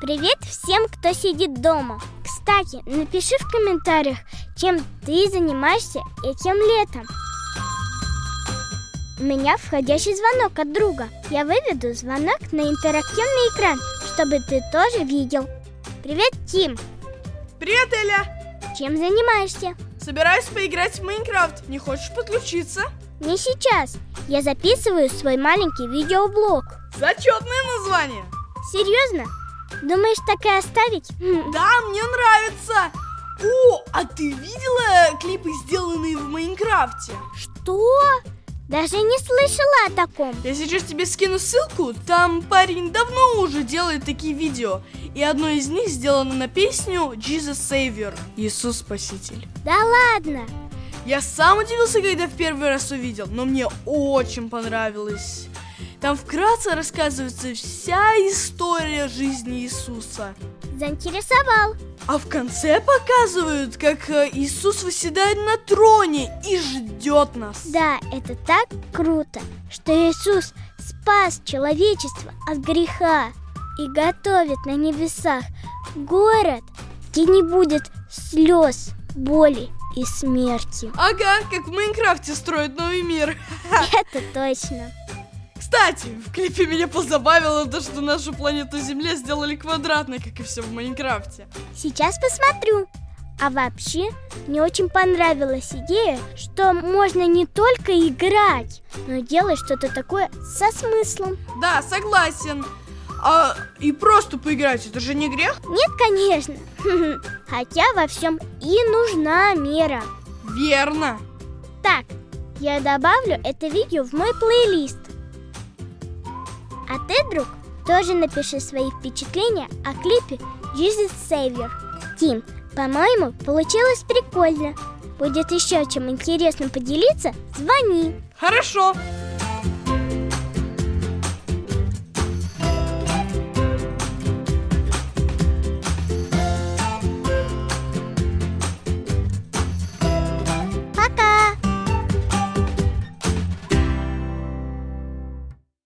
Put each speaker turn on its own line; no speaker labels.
Привет всем, кто сидит дома. Кстати, напиши в комментариях, чем ты занимаешься этим летом. У меня входящий звонок от друга. Я выведу звонок на интерактивный экран, чтобы ты тоже видел. Привет, Тим.
Привет, Эля!
Чем занимаешься?
Собираюсь поиграть в Майнкрафт. Не хочешь подключиться?
Не сейчас. Я записываю свой маленький видеоблог.
Зачетное название!
Серьезно? Думаешь, так и оставить? Хм.
Да, мне нравится! О, а ты видела клипы, сделанные в Майнкрафте?
Что? Даже не слышала о таком.
Я сейчас тебе скину ссылку, там парень давно уже делает такие видео, и одно из них сделано на песню Jesus Savior, Иисус Спаситель.
Да ладно.
Я сам удивился, когда в первый раз увидел, но мне очень понравилось. Там вкратце рассказывается вся история жизни Иисуса.
Заинтересовал.
А в конце показывают, как э, Иисус восседает на троне и ждет нас.
Да, это так круто, что Иисус спас человечество от греха и готовит на небесах город, где не будет слез, боли и смерти.
Ага, как в Майнкрафте строят новый мир.
Это точно.
Кстати, в клипе меня позабавило то, что нашу планету Земля сделали квадратной, как и все в Майнкрафте.
Сейчас посмотрю. А вообще, мне очень понравилась идея, что можно не только играть, но делать что-то такое со смыслом.
Да, согласен. А и просто поиграть, это же не грех?
Нет, конечно. Хотя во всем и нужна мера.
Верно.
Так, я добавлю это видео в мой плейлист. А ты, друг, тоже напиши свои впечатления о клипе Jesus Savior. Тим, по-моему, получилось прикольно. Будет еще чем интересно поделиться, звони.
Хорошо,